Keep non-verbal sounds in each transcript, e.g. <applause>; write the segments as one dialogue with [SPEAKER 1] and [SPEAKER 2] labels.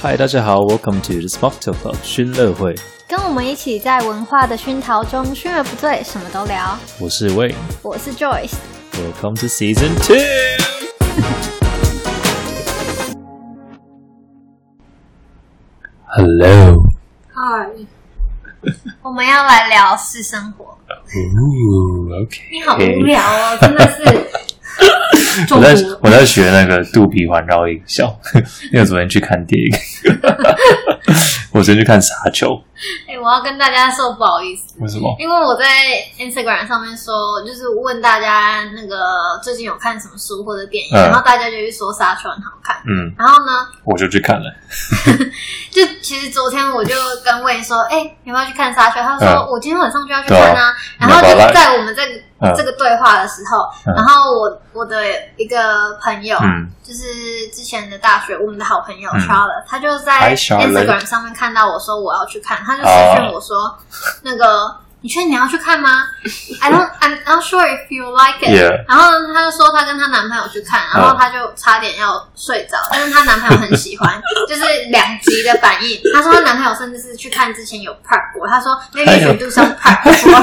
[SPEAKER 1] 嗨，大家好，Welcome to the Smocktail Club 熏乐会，
[SPEAKER 2] 跟我们一起在文化的熏陶中，熏而不醉，什么都聊。
[SPEAKER 1] 我是 Wayne。
[SPEAKER 2] 我是 Joyce，
[SPEAKER 1] Welcome to Season Two。Hello，
[SPEAKER 2] 嗨， <laughs> 我们要来聊私生活。
[SPEAKER 1] o o k
[SPEAKER 2] 你好无聊哦，真的是中
[SPEAKER 1] <laughs> 我在
[SPEAKER 2] 毒。
[SPEAKER 1] 我在学那个肚皮环绕音效， <laughs> 因为我昨天去看电影， <laughs> 我昨天去看《沙丘》，
[SPEAKER 2] 哎、我要跟大家说不好意思，
[SPEAKER 1] 为什么？
[SPEAKER 2] 因为我在 Instagram 上面说，就是问大家那个最近有看什么书或者电影，
[SPEAKER 1] 嗯
[SPEAKER 2] 然后大家就去说《沙丘》很好看。
[SPEAKER 1] 嗯，
[SPEAKER 2] 然后呢，
[SPEAKER 1] 我就去看了。
[SPEAKER 2] 就其实昨天我就跟魏说，哎、你要不要去看《沙丘》？他就说、
[SPEAKER 1] 嗯
[SPEAKER 2] 我今天晚上就要去看啊。
[SPEAKER 1] 对啊
[SPEAKER 2] 然后
[SPEAKER 1] 没有
[SPEAKER 2] 就
[SPEAKER 1] 办法
[SPEAKER 2] 在我们这个、
[SPEAKER 1] 嗯
[SPEAKER 2] 这个对话的时候，
[SPEAKER 1] 嗯
[SPEAKER 2] 然后我我的一个朋友，
[SPEAKER 1] 嗯
[SPEAKER 2] 就是之前的大学我们的好朋友
[SPEAKER 1] 嗯
[SPEAKER 2] Charlotte，、他就
[SPEAKER 1] Hi,
[SPEAKER 2] 在
[SPEAKER 1] Charlotte 哦
[SPEAKER 2] Instagram 上面看到我说我要去看，他就私讯我说、那个。你确定你要去看吗？I don't, I'm not sure if you like it.
[SPEAKER 1] Yeah
[SPEAKER 2] <laughs> 然后她就说她跟她男朋友去看，然后她就差点要睡着，但是她男朋友很喜欢，就是两极的反应。她说她男朋友甚至是去看之前有 prep 过，她说 maybe you should do some prep before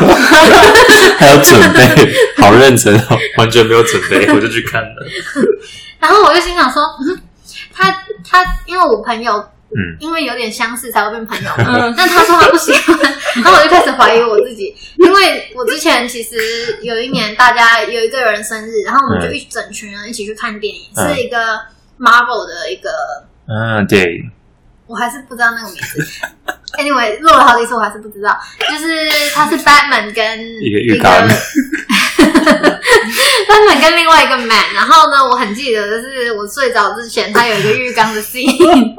[SPEAKER 1] 还有准备，好认真 <laughs> 哦，完全没有准备，我就去看 <laughs> 了。
[SPEAKER 2] 然后我就心想说，嗯，他他因为我朋友。
[SPEAKER 1] 嗯
[SPEAKER 2] 因为有点相似才会变朋友嘛，但他说他不喜欢， <laughs> 然后我就开始怀疑我自己，因为我之前其实有一年大家有一个人生日，然后我们就一整群人一起去看电影，
[SPEAKER 1] 嗯
[SPEAKER 2] 是一个 Marvel 的一个，
[SPEAKER 1] 嗯，对，
[SPEAKER 2] 我还是不知道那个名字。anyway，录了好几次我还是不知道，就是他是 Batman 跟
[SPEAKER 1] 一个预告
[SPEAKER 2] <laughs> Batman 跟另外一个 Man，然后呢，我很记得的是我睡着之前，他有一个浴缸的 scene，因
[SPEAKER 1] <laughs>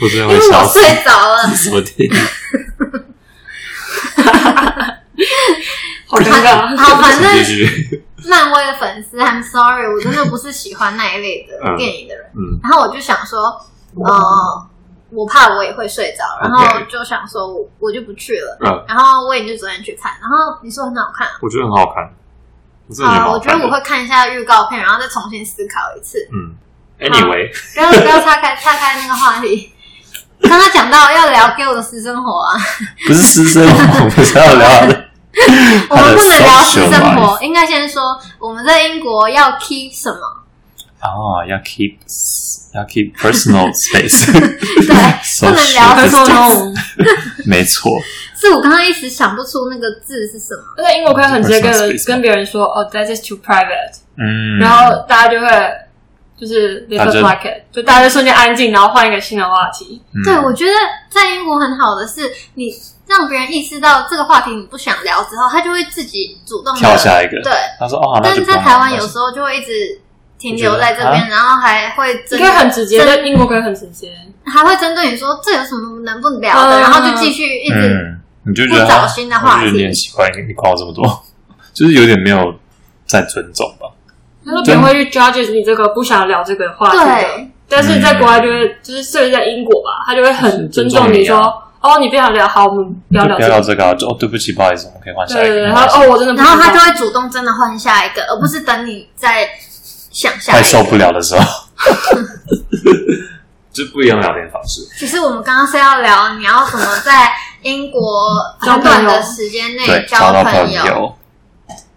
[SPEAKER 1] 我真的会
[SPEAKER 2] 为
[SPEAKER 1] 笑
[SPEAKER 2] 我
[SPEAKER 1] 死。
[SPEAKER 2] 睡着了，
[SPEAKER 1] 什么电影？
[SPEAKER 3] <laughs> 好尴尬。
[SPEAKER 2] 好，反正
[SPEAKER 1] <laughs> 继续。
[SPEAKER 2] 漫威的粉丝，I'm sorry，我真的不是喜欢那一类的
[SPEAKER 1] 嗯
[SPEAKER 2] 电影的人。
[SPEAKER 1] 嗯
[SPEAKER 2] 然后我就想说，呃，我怕我也会睡着，然后
[SPEAKER 1] OK
[SPEAKER 2] 就想说我我就不去了。
[SPEAKER 1] 嗯，
[SPEAKER 2] 然后我也就昨天去看，然后你说很好看
[SPEAKER 1] 我觉得很好看，我真的觉得
[SPEAKER 2] 啊、
[SPEAKER 1] 很好
[SPEAKER 2] 我觉
[SPEAKER 1] 看
[SPEAKER 2] 得我会看一下预告片，然后再重新思考一次。
[SPEAKER 1] 嗯，anyway，
[SPEAKER 2] 不 <laughs> 要不要岔开岔开那个话题。刚刚讲到要聊 Gil 的私生活啊，
[SPEAKER 1] 不是私生活，我不是要聊的。
[SPEAKER 2] <laughs> 我们不能聊私
[SPEAKER 1] social
[SPEAKER 2] 生活，应该先说我们在英国要 keep 什么？
[SPEAKER 1] 哦，要 keep 要 keep personal <laughs> space，
[SPEAKER 2] <laughs> 对，不能聊
[SPEAKER 1] Social
[SPEAKER 2] 私
[SPEAKER 1] <laughs>
[SPEAKER 2] 生活。
[SPEAKER 1] 没错，
[SPEAKER 2] 是我刚刚一时想不出那个字是什么。
[SPEAKER 3] 而且英国可以很直接跟
[SPEAKER 1] Personal space
[SPEAKER 3] 跟别人说，哦，that is too private，、
[SPEAKER 1] 嗯，
[SPEAKER 3] 然后大家就会就是 they
[SPEAKER 1] 大
[SPEAKER 3] don't
[SPEAKER 1] 家
[SPEAKER 3] like it，就大家就瞬间安静，然后换一个新的话题。
[SPEAKER 1] 嗯
[SPEAKER 2] 对，我觉得在英国很好的是，你让别人意识到这个话题你不想聊之后，他就会自己主动地
[SPEAKER 1] 跳下一个，
[SPEAKER 2] 对，
[SPEAKER 1] 他说哦，那
[SPEAKER 2] 但
[SPEAKER 1] 就是不用
[SPEAKER 2] 在
[SPEAKER 1] 了
[SPEAKER 2] 台湾有时候就会一直停留在这
[SPEAKER 1] 我觉啊
[SPEAKER 2] 边，然后还会
[SPEAKER 3] 应
[SPEAKER 2] 针
[SPEAKER 3] 该很直接，
[SPEAKER 2] 针
[SPEAKER 3] 在英国可以很直接。
[SPEAKER 2] 还会针对你说这有什么能不聊的，
[SPEAKER 3] 嗯
[SPEAKER 2] 然后就继续一直。
[SPEAKER 1] 嗯，你就觉得
[SPEAKER 2] 不找新的话题
[SPEAKER 1] 我就觉得你很奇怪，你你管我这么多， <laughs> 就是有点没有在尊重吧。
[SPEAKER 3] 他说别人会去 judges 你这个不想聊这个话题的
[SPEAKER 2] 对，
[SPEAKER 3] 但是在国外就会，就是甚至在英国吧，他就会很
[SPEAKER 1] 就是尊
[SPEAKER 3] 尊
[SPEAKER 1] 重
[SPEAKER 3] 重
[SPEAKER 1] 你啊
[SPEAKER 3] 你说，哦，你不想聊，好，我们不要
[SPEAKER 1] 就
[SPEAKER 3] 聊
[SPEAKER 1] 不
[SPEAKER 3] 这
[SPEAKER 1] 要聊
[SPEAKER 3] 个。
[SPEAKER 1] 这个啊，就哦，对不起，不好意思，我们可以换
[SPEAKER 3] 对
[SPEAKER 1] 下一
[SPEAKER 3] 对
[SPEAKER 1] 个。
[SPEAKER 3] 对，
[SPEAKER 1] 没
[SPEAKER 3] 他
[SPEAKER 1] 关系
[SPEAKER 3] 说哦，我真的不知
[SPEAKER 2] 然
[SPEAKER 3] 道，
[SPEAKER 2] 后他就会主动真的换下一个，而不是等你再想下
[SPEAKER 1] 快
[SPEAKER 2] 一
[SPEAKER 1] 受
[SPEAKER 2] 个。
[SPEAKER 1] 不了的时候， <laughs> 这不一样的聊天方式。
[SPEAKER 2] 其实我们刚刚是要聊你要怎么在英国很短的时间内
[SPEAKER 1] 对，
[SPEAKER 2] 交
[SPEAKER 1] 交到
[SPEAKER 2] 朋
[SPEAKER 1] 朋
[SPEAKER 2] 友。
[SPEAKER 1] 友，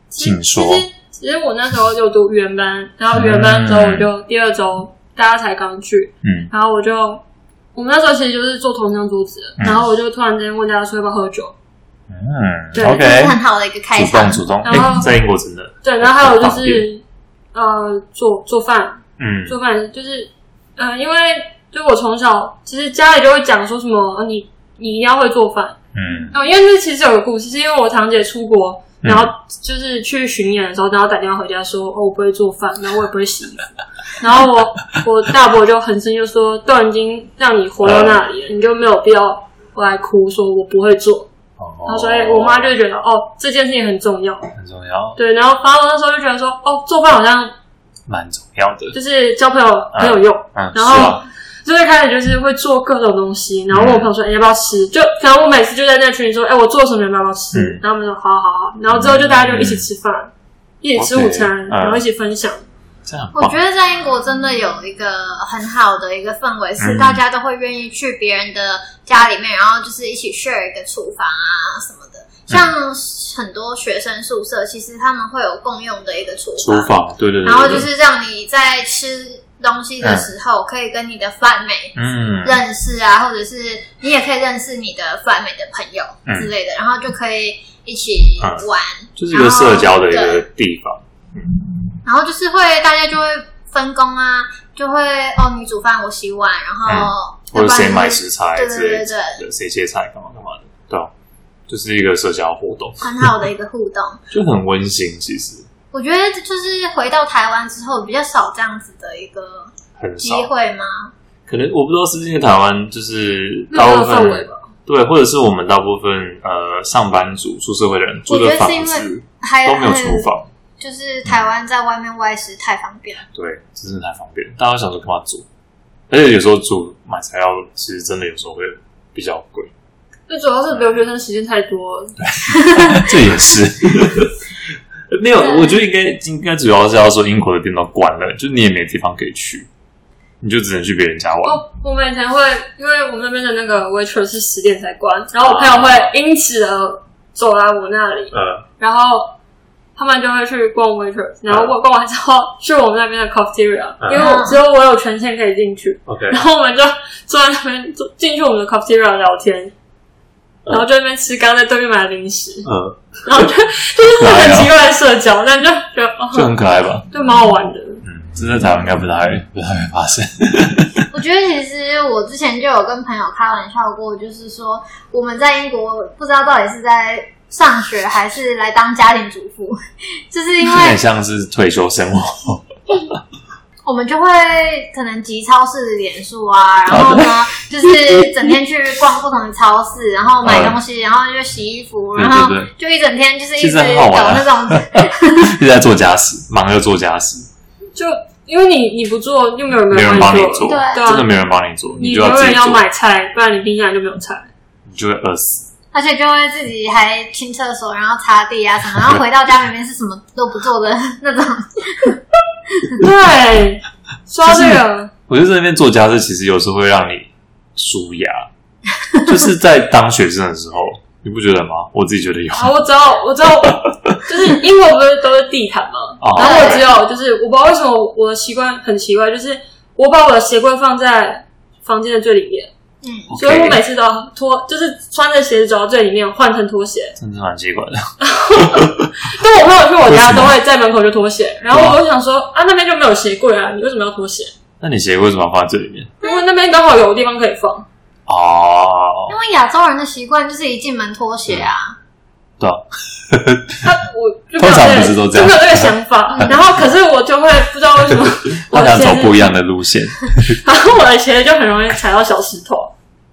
[SPEAKER 1] 请说。
[SPEAKER 3] 其实其实我那时候就读原班，然后原班之后我就第二周大家才刚去，
[SPEAKER 1] 嗯
[SPEAKER 3] 然后我就我们那时候其实就是坐同一张桌子，
[SPEAKER 1] 嗯
[SPEAKER 3] 然后我就突然间问大家说要不要喝酒，
[SPEAKER 1] 嗯
[SPEAKER 3] 对
[SPEAKER 2] 这
[SPEAKER 1] ，OK，
[SPEAKER 2] 是很好的一个开
[SPEAKER 1] 主
[SPEAKER 2] 场
[SPEAKER 1] 动。主动，
[SPEAKER 3] 然后
[SPEAKER 1] 诶哎在英国真的，
[SPEAKER 3] 对，然后还有就
[SPEAKER 1] 很方便
[SPEAKER 3] 是呃做做饭，
[SPEAKER 1] 哦嗯
[SPEAKER 3] 做饭就是呃因为就我从小其实家里就会讲说什么、呃你你一定要会做饭，
[SPEAKER 1] 嗯
[SPEAKER 3] 哦，因为这其实有个故事，是因为我堂姐出国，
[SPEAKER 1] 嗯
[SPEAKER 3] 然后就是去巡演的时候，然后打电话回家说，哦，我不会做饭，然后我也不会洗衣服，然后我我大伯就很生气，就说，都已经让你活到那里了，你就没有必要回来哭，说我不会做。然
[SPEAKER 1] 哦
[SPEAKER 3] 后所以我妈就觉得，哦，这件事情很重要，
[SPEAKER 1] 很重要，
[SPEAKER 3] 对。然后反正我那时候就觉得说，哦，做饭好像
[SPEAKER 1] 蛮重要的。
[SPEAKER 3] 就是交朋友很有用。
[SPEAKER 1] 嗯，
[SPEAKER 3] 然后
[SPEAKER 1] 是啊，
[SPEAKER 3] 就会开始就是会做各种东西，然后问我朋友
[SPEAKER 1] 嗯
[SPEAKER 3] 说：“哎、要不要吃？”就可能我每次就在那群里说：“哎、我做什么？你们要不要吃？”
[SPEAKER 1] 嗯
[SPEAKER 3] 然后我们说：“好好好。”然后之后就大家就一起吃饭，一起吃午餐，
[SPEAKER 1] 嗯
[SPEAKER 3] 然后一起分享。
[SPEAKER 1] 这样很
[SPEAKER 2] 我
[SPEAKER 1] 棒
[SPEAKER 2] 觉。得在英国真的有一个很好的一个氛围，是
[SPEAKER 1] 嗯
[SPEAKER 2] 大家都会愿意去别人的家里面，然后就是一起 share 一个厨房啊什么的。像
[SPEAKER 1] 嗯
[SPEAKER 2] 很多学生宿舍，其实他们会有共用的一个厨
[SPEAKER 1] 厨房，对对对对，
[SPEAKER 2] 然后
[SPEAKER 1] 对
[SPEAKER 2] 就是让你在吃东西的时候，可以跟你的饭美
[SPEAKER 1] 嗯，
[SPEAKER 2] 认识啊，或者是你也可以认识你的饭美的朋友
[SPEAKER 1] 嗯
[SPEAKER 2] 之类的，然后就可以一起玩，
[SPEAKER 1] 就是一个社交的一
[SPEAKER 2] 然后
[SPEAKER 1] 个
[SPEAKER 2] 对
[SPEAKER 1] 地方。
[SPEAKER 2] 然后就是会大家就会分工啊，就会哦，你煮饭我洗碗，然后、
[SPEAKER 1] 嗯或者谁
[SPEAKER 2] 要不
[SPEAKER 1] 买
[SPEAKER 2] 然就是
[SPEAKER 1] 食材
[SPEAKER 2] 对
[SPEAKER 1] 之
[SPEAKER 2] 对
[SPEAKER 1] 类
[SPEAKER 2] 对
[SPEAKER 1] 的，谁切菜干嘛干嘛的，对啊，就是一个社交活动，
[SPEAKER 2] 很好的一个互动。
[SPEAKER 1] 就很温馨，其实
[SPEAKER 2] 我觉得就是回到台湾之后，比较少这样子的一个
[SPEAKER 1] 很
[SPEAKER 2] 机
[SPEAKER 1] 少。
[SPEAKER 2] 会吗？
[SPEAKER 1] 可能我不知道是不是因为台湾就是
[SPEAKER 3] 那
[SPEAKER 1] 大
[SPEAKER 3] 个
[SPEAKER 1] 部
[SPEAKER 3] 氛围
[SPEAKER 1] 分
[SPEAKER 3] 吧，
[SPEAKER 1] 对，或者是我们大部分呃上班族、出社会的人住
[SPEAKER 2] 我觉
[SPEAKER 1] 的
[SPEAKER 2] 得
[SPEAKER 1] 房
[SPEAKER 2] 是因为
[SPEAKER 1] 子
[SPEAKER 2] 还
[SPEAKER 1] 都没有厨，房，
[SPEAKER 2] 还就是台湾在外面外食太方便了。
[SPEAKER 1] 对，这真的太方便了。大家都想说干嘛煮，而且有时候煮买材料其实真的有时候会比较贵，
[SPEAKER 3] 最主要是留学生时间太多了，
[SPEAKER 1] 这也是。 <laughs> 没有，我觉得应该应该主要是要说英国的店都关了，就你也没地方可以去，你就只能去别人家玩。
[SPEAKER 3] 哦，我们以前会，因为我们那边的那个 waitress 是十点才关，然后我朋友会因此而走来我那里，
[SPEAKER 1] 呃，
[SPEAKER 3] 然后他们就会去逛 waitress，然后逛逛完之后去我们那边的 cafeteria，、
[SPEAKER 1] 嗯
[SPEAKER 3] 因为我只有我有权限可以进去，
[SPEAKER 1] OK，
[SPEAKER 3] 然后我们就坐在那边坐进去我们的 cafeteria 聊天。
[SPEAKER 1] 嗯
[SPEAKER 3] 然后就在那边吃刚刚在对面买的零食，
[SPEAKER 1] 呃，
[SPEAKER 3] 然后就 <laughs> 就是很奇怪的社交，但就觉得
[SPEAKER 1] 啊就
[SPEAKER 3] 哦，
[SPEAKER 1] 很可爱吧？
[SPEAKER 3] 就蛮好玩的。
[SPEAKER 1] 嗯，这在台湾应该不太会不太会发生。
[SPEAKER 2] 我觉得其实我之前就有跟朋友开玩笑过，就是说我们在英国不知道到底是在上学还是来当家庭主妇， <laughs> 就是因
[SPEAKER 1] 有
[SPEAKER 2] 为
[SPEAKER 1] 点像是退休生活，
[SPEAKER 2] 我们就会可能集超市的点数啊，然后呢，就是整天去逛不同的超市，然后买东西，然后就洗衣服，
[SPEAKER 1] 对
[SPEAKER 2] 然
[SPEAKER 3] 啊
[SPEAKER 2] 后
[SPEAKER 1] 对对
[SPEAKER 2] 就一整天就是一
[SPEAKER 1] 其实
[SPEAKER 2] 直搞
[SPEAKER 1] 很好玩啊
[SPEAKER 2] 那种，
[SPEAKER 1] 一直在做家事，忙着做家事，
[SPEAKER 3] 就因为你你不做，又没有人
[SPEAKER 1] 没有人帮你
[SPEAKER 3] 做，
[SPEAKER 1] 做，
[SPEAKER 2] 对
[SPEAKER 3] 对啊
[SPEAKER 1] 真的没有人帮你做，
[SPEAKER 3] 你
[SPEAKER 1] 就
[SPEAKER 3] 永
[SPEAKER 1] 要自
[SPEAKER 3] 远
[SPEAKER 1] 己
[SPEAKER 3] 要
[SPEAKER 1] 做，
[SPEAKER 3] 买菜，不然你冰箱就没
[SPEAKER 1] <laughs>
[SPEAKER 3] 有菜。
[SPEAKER 1] 你就会饿死。
[SPEAKER 2] 而且就会自己还清厕所，然后擦地啊什么，然
[SPEAKER 1] <laughs>
[SPEAKER 2] 后回到家明明是什么都不做的那种，
[SPEAKER 1] 哦
[SPEAKER 3] 对，说到这个，
[SPEAKER 1] 我觉得在那边做家事，其实有时候会让你舒压，
[SPEAKER 3] <laughs>
[SPEAKER 1] 就是在当学生的时候，你不觉得吗？我自己觉得有，
[SPEAKER 3] 啊，我只要我
[SPEAKER 1] <laughs>
[SPEAKER 3] 只要就是英国不是都是地毯吗？
[SPEAKER 1] 哦
[SPEAKER 3] 然后我只有就是我不知道为什么我的习惯很奇怪，就是我把我的鞋柜放在房间的最里面，
[SPEAKER 2] 嗯，
[SPEAKER 1] OK，
[SPEAKER 3] <laughs> 所以我每次都要脱，就是穿着鞋子走到最里面换成拖鞋。
[SPEAKER 1] 真的啊蛮奇怪 <laughs> 的。
[SPEAKER 3] 但我朋友去我
[SPEAKER 1] 为什
[SPEAKER 3] 家
[SPEAKER 1] 么
[SPEAKER 3] 都会在门口就脱鞋，然后我就想说啊，那边就没有鞋柜啊，你为什么要脱鞋？
[SPEAKER 1] 那你鞋为什么要放在这里面？
[SPEAKER 3] 因为那边刚好有地方可以放。
[SPEAKER 1] 哦
[SPEAKER 2] 因，为亚洲人的习惯就是一进门脱鞋啊。
[SPEAKER 1] 对啊，
[SPEAKER 3] 他我就没
[SPEAKER 1] 通
[SPEAKER 3] 有
[SPEAKER 1] 常
[SPEAKER 3] 这个
[SPEAKER 1] 不是都这样
[SPEAKER 3] 就没有这个想
[SPEAKER 1] <laughs>
[SPEAKER 3] 法。然后可是我就会不知道为什么我
[SPEAKER 1] 他
[SPEAKER 3] 的
[SPEAKER 1] 想走
[SPEAKER 3] 鞋
[SPEAKER 1] 不
[SPEAKER 3] 子，
[SPEAKER 1] 一样的路线，
[SPEAKER 3] <laughs> 然后我的鞋子就很容易踩到小石头。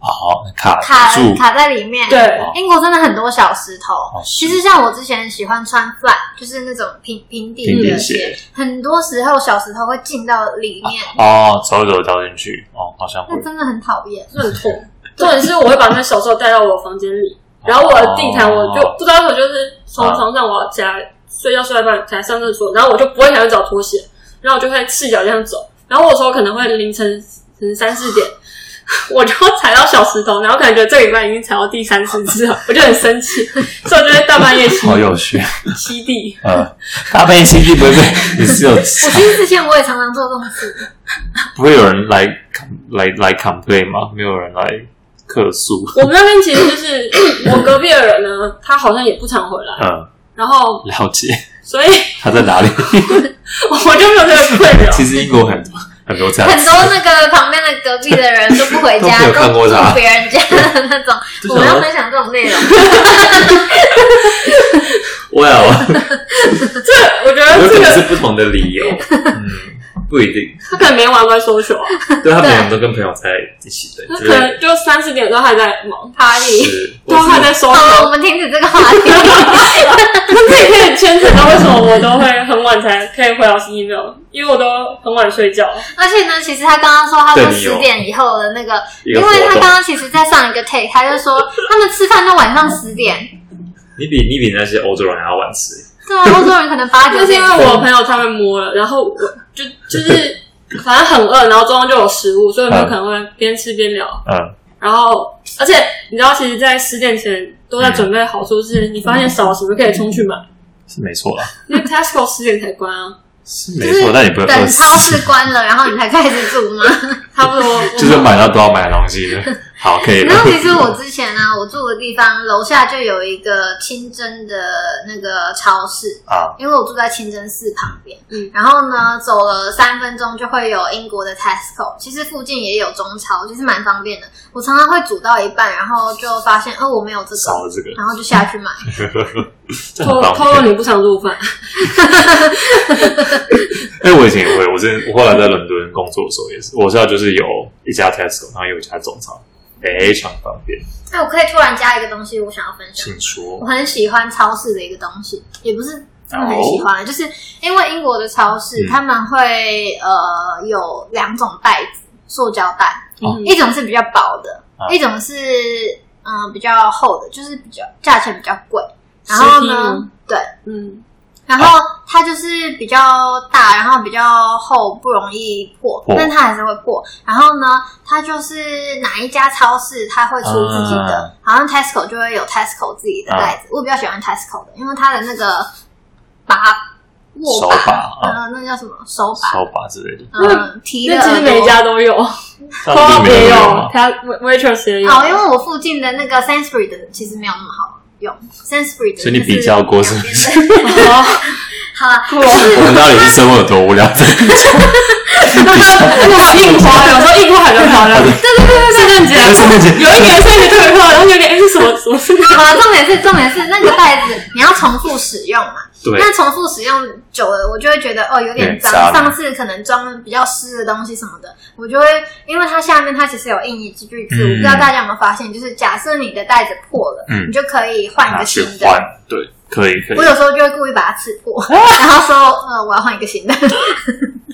[SPEAKER 1] 哦，卡
[SPEAKER 2] 卡
[SPEAKER 1] 住，啊
[SPEAKER 2] 卡在里面。
[SPEAKER 3] 对，
[SPEAKER 2] 英国真的很多小石头。
[SPEAKER 1] 哦是
[SPEAKER 2] 其实像我之前喜欢穿 flat，就是那种平平底
[SPEAKER 1] 平
[SPEAKER 2] 的
[SPEAKER 1] 底鞋，
[SPEAKER 2] 很多时候小石头会进到里面，
[SPEAKER 1] 哦，走一走掉进去，哦，好像会
[SPEAKER 2] 那、，真的很讨
[SPEAKER 1] <laughs>
[SPEAKER 2] 厌。
[SPEAKER 3] 就很痛。重点是我会把那小石头带到我房间里，然后我的地毯我就
[SPEAKER 1] 哦
[SPEAKER 3] 不知道为什么就是从床上我要起来睡觉睡到一半起来上厕所，然后我就不会想去找拖鞋，然后我就会赤脚这样走，然后我有时候可能会凌晨嗯三四点。我就踩到小石头，然后感觉得这礼拜已经踩到第三次之后，我就很生气，所以我就会大半夜吸
[SPEAKER 1] 好有 <laughs> 趣。
[SPEAKER 3] 吸地。
[SPEAKER 1] 呃，咖啡 CD 不会被，你是有
[SPEAKER 2] 我其实之前我也常常做这种
[SPEAKER 1] <laughs>
[SPEAKER 2] 事，
[SPEAKER 1] 不会有人来 com- 来来 complain 吗？没有人来客诉。
[SPEAKER 3] 我们那边其实就是我隔壁的人呢，他好像也不常回来，
[SPEAKER 1] 嗯，
[SPEAKER 3] 然后
[SPEAKER 1] 了解
[SPEAKER 3] 所以 <laughs>
[SPEAKER 1] 他在 <laughs> 哪里。
[SPEAKER 3] 我就没有这个困扰。
[SPEAKER 1] 其实英国很多很多
[SPEAKER 3] <laughs>
[SPEAKER 1] 这样
[SPEAKER 2] 很
[SPEAKER 1] 子，
[SPEAKER 2] 多那个旁边的隔壁的人都不回家，
[SPEAKER 1] 都没有
[SPEAKER 2] 都
[SPEAKER 1] 看过
[SPEAKER 2] 住
[SPEAKER 1] 他
[SPEAKER 2] 别人家的那种。
[SPEAKER 1] <laughs> 就
[SPEAKER 2] 我
[SPEAKER 1] 想说
[SPEAKER 2] 们要分享这种内容，
[SPEAKER 1] Well，
[SPEAKER 3] 这我觉得
[SPEAKER 1] 有
[SPEAKER 3] 这
[SPEAKER 1] 可能
[SPEAKER 3] 个
[SPEAKER 1] 是不同的理由。嗯，不一定，
[SPEAKER 3] 他可能没玩过 social
[SPEAKER 1] <laughs>
[SPEAKER 3] 啊，
[SPEAKER 1] 对他们可能都跟朋友在一起的，
[SPEAKER 3] 他
[SPEAKER 1] 就
[SPEAKER 3] 可能
[SPEAKER 1] 是
[SPEAKER 3] 就三四点都还在忙，他也
[SPEAKER 1] <laughs> 是
[SPEAKER 3] <laughs> 都还
[SPEAKER 1] 或
[SPEAKER 3] 在
[SPEAKER 1] 是
[SPEAKER 3] social。
[SPEAKER 2] 好，我们停止这个话
[SPEAKER 1] <laughs>
[SPEAKER 2] 题。
[SPEAKER 3] <laughs> 那这也可以牵扯到为什么我都会很晚才可以回老师 email，因为我都很晚睡觉。
[SPEAKER 2] 而且呢，其实他刚刚说，他说
[SPEAKER 1] 对你有
[SPEAKER 2] 十点以后的那个，
[SPEAKER 1] 一个活
[SPEAKER 2] 因
[SPEAKER 1] 动
[SPEAKER 2] 为他刚刚其实在上一个 take，他就说他们吃饭都晚上十点，
[SPEAKER 1] 你比你比那些欧洲人还要晚吃。 <laughs>
[SPEAKER 3] <laughs>
[SPEAKER 2] 对啊，欧洲人可能八九
[SPEAKER 3] 就是
[SPEAKER 2] 点
[SPEAKER 3] 因为我朋友他们摸了，然后我就 <laughs> 就是反正很饿，然后桌上就有食物，所以我们可能会边吃边聊。
[SPEAKER 1] 嗯，
[SPEAKER 3] 然后，而且你知道，其实，在十点前都在准备好处是，你发现少了什么可以冲去买，
[SPEAKER 1] 是没错啦，
[SPEAKER 3] 因为 Tesco 十点才关啊，
[SPEAKER 1] 是没错，但你不会
[SPEAKER 2] 等
[SPEAKER 1] 饿
[SPEAKER 2] 超
[SPEAKER 1] 死，
[SPEAKER 2] 市关了，然后你才开始煮吗？
[SPEAKER 3] 差不多。
[SPEAKER 1] <laughs> 就是买到都要买的东西
[SPEAKER 2] <laughs>
[SPEAKER 1] 的。好，可以了
[SPEAKER 2] 然。后其实我之前呢、啊我住的地方楼下就有一个清真的那个超市，
[SPEAKER 1] 啊，
[SPEAKER 2] 因为我住在清真寺旁边，
[SPEAKER 3] 嗯
[SPEAKER 2] 然后呢，走了三分钟就会有英国的 Tesco，其实附近也有中超，其实蛮方便的。我常常会煮到一半，然后就发现哦我没有
[SPEAKER 1] <laughs>
[SPEAKER 2] 这
[SPEAKER 1] 少
[SPEAKER 2] 个，
[SPEAKER 1] 了这个，
[SPEAKER 2] 然后就下去买。
[SPEAKER 1] 这
[SPEAKER 3] 透
[SPEAKER 1] 很方
[SPEAKER 3] 透露
[SPEAKER 1] 便。
[SPEAKER 3] 你不常做饭，
[SPEAKER 1] 哎，我以前也会，我之前我后来在伦敦工作的时候也是，我知道就是有一家 Tesco，然后有一家中超，非常方便。
[SPEAKER 2] 哎，我可以突然加一个东西，我想要分享。
[SPEAKER 1] 请
[SPEAKER 2] 我
[SPEAKER 1] 说，
[SPEAKER 2] 很喜欢超市的一个东西，也不是真的很喜欢，就是因为英国的超市、
[SPEAKER 1] 哦嗯
[SPEAKER 2] 他们会呃有两种袋子，塑胶袋，
[SPEAKER 1] 哦
[SPEAKER 3] 嗯
[SPEAKER 2] 一种是比较薄的，
[SPEAKER 1] 啊
[SPEAKER 2] 一种是嗯、比较厚的，就是比较价钱比较贵。然后
[SPEAKER 3] 实体
[SPEAKER 2] 呢
[SPEAKER 3] 吗，
[SPEAKER 2] 对，
[SPEAKER 3] 嗯，
[SPEAKER 2] 然后它就是比较大，然后比较厚，不容易破
[SPEAKER 1] 破，
[SPEAKER 2] 但它还是会破。然后呢，它就是哪一家超市它会出自己的，
[SPEAKER 1] 啊
[SPEAKER 2] 好像 Tesco 就会有 Tesco 自己的袋子。我比较喜欢 Tesco 的，因为它的那个把握
[SPEAKER 1] 手把
[SPEAKER 2] 把，
[SPEAKER 1] 啊，
[SPEAKER 2] 呃，那叫什么手把，
[SPEAKER 1] 手把之类的， <laughs>
[SPEAKER 2] 嗯，提
[SPEAKER 3] 因
[SPEAKER 2] 的
[SPEAKER 3] 为其实每一家都有，
[SPEAKER 1] 上
[SPEAKER 3] Co-op
[SPEAKER 1] 帝没
[SPEAKER 3] 也
[SPEAKER 1] 有
[SPEAKER 3] 有
[SPEAKER 1] 用啊吗？
[SPEAKER 3] ，Tes- Waitrose 也有，
[SPEAKER 2] 哦，因为我附近的那个 Sainsbury 的其实没有那么好用，Sainsbury 的
[SPEAKER 1] 所以你
[SPEAKER 2] 就是
[SPEAKER 1] 比较过是不是
[SPEAKER 2] 两边的？
[SPEAKER 3] 哦
[SPEAKER 2] 好了，
[SPEAKER 3] 我
[SPEAKER 1] 我们到底是生活有多无聊？
[SPEAKER 3] 我印花，有时候印花很漂亮。对对对对，圣诞节啊，
[SPEAKER 1] 圣诞节
[SPEAKER 3] 有一年圣诞节特别漂亮，然后有点哎是什么什么圣诞节？
[SPEAKER 2] 好了，重点是重点是那个袋子你要重复使用嘛？
[SPEAKER 1] 对，
[SPEAKER 2] 那重复使用久了，我就会觉得哦有点
[SPEAKER 1] 有点脏
[SPEAKER 2] 脏。上次可能装比较湿的东西什么的，我就会因为它下面它其实有印一句句子，
[SPEAKER 1] 嗯
[SPEAKER 2] 我不知道大家有没有发现，就是假设你的袋子破了，
[SPEAKER 1] 嗯
[SPEAKER 2] 你就可以换一
[SPEAKER 1] 拿
[SPEAKER 2] 个
[SPEAKER 1] 去
[SPEAKER 2] 新
[SPEAKER 1] 换
[SPEAKER 2] 的。，
[SPEAKER 1] 对，可以可以
[SPEAKER 2] 我。有时候就会故意把它刺破，然后说呃我要换一个
[SPEAKER 1] <laughs>
[SPEAKER 2] 新的。